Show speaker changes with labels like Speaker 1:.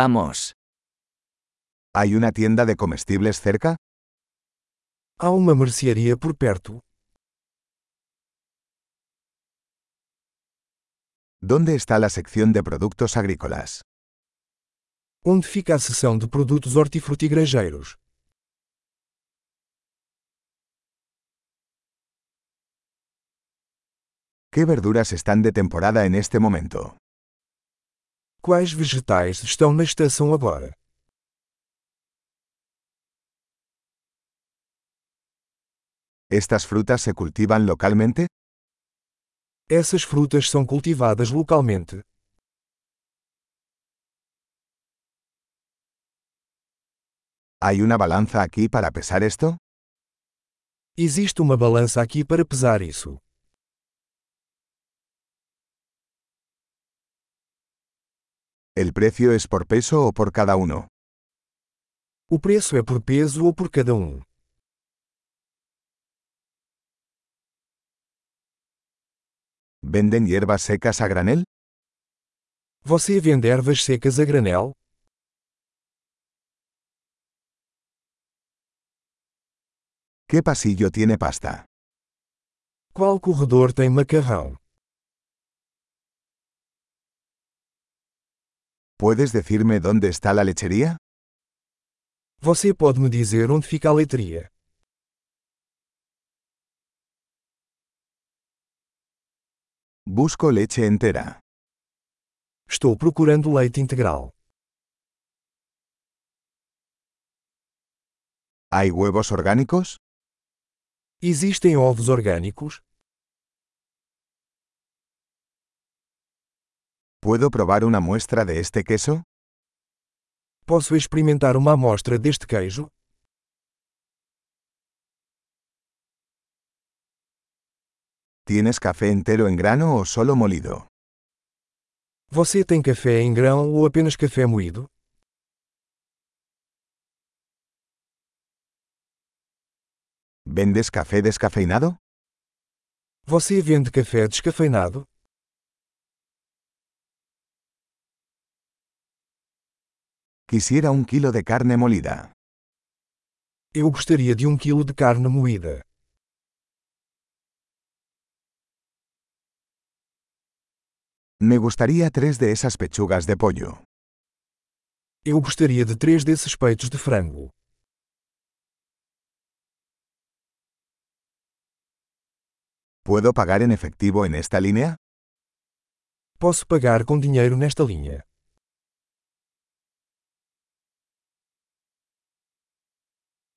Speaker 1: Vamos.
Speaker 2: ¿Hay una tienda de comestibles cerca?
Speaker 3: Há uma mercearia por perto.
Speaker 2: ¿Dónde está la sección de productos agrícolas?
Speaker 3: Onde fica a seção de produtos hortifrutigranjeiros?
Speaker 2: ¿Qué verduras están de temporada en este momento?
Speaker 3: Quais vegetais estão na estação agora?
Speaker 2: ¿Estas frutas se cultivan localmente?
Speaker 3: Essas frutas são cultivadas localmente.
Speaker 2: ¿Hay una balanza aquí para pesar esto?
Speaker 3: Existe uma balança aqui para pesar isso.
Speaker 2: ¿El precio es por peso o por cada uno?
Speaker 3: O preço é por peso ou por cada um.
Speaker 2: ¿Venden hierbas secas a granel?
Speaker 3: Você vende ervas secas a granel?
Speaker 2: ¿Qué pasillo tiene pasta?
Speaker 3: Qual corredor tem macarrão?
Speaker 2: ¿Puedes decirme dónde está la lechería?
Speaker 3: Você pode me dizer onde fica a leitria?
Speaker 2: Busco leche entera.
Speaker 3: Estou procurando leite integral.
Speaker 2: ¿Hay huevos orgánicos?
Speaker 3: Existem ovos orgânicos?
Speaker 2: ¿Puedo probar una muestra de este queso?
Speaker 3: Posso experimentar uma amostra deste queijo?
Speaker 2: ¿Tienes café entero en grano o solo molido?
Speaker 3: Você tem café em grão ou apenas café moído?
Speaker 2: ¿Vendes café descafeinado?
Speaker 3: Você vende café descafeinado?
Speaker 2: Quisiera un kilo de carne molida.
Speaker 3: Eu gostaria de um quilo de carne moída.
Speaker 2: Me gustaría tres de esas pechugas de pollo.
Speaker 3: Eu gostaria de três desses peitos de frango.
Speaker 2: ¿Puedo pagar en efectivo en esta línea?
Speaker 3: Posso pagar com dinheiro nesta linha.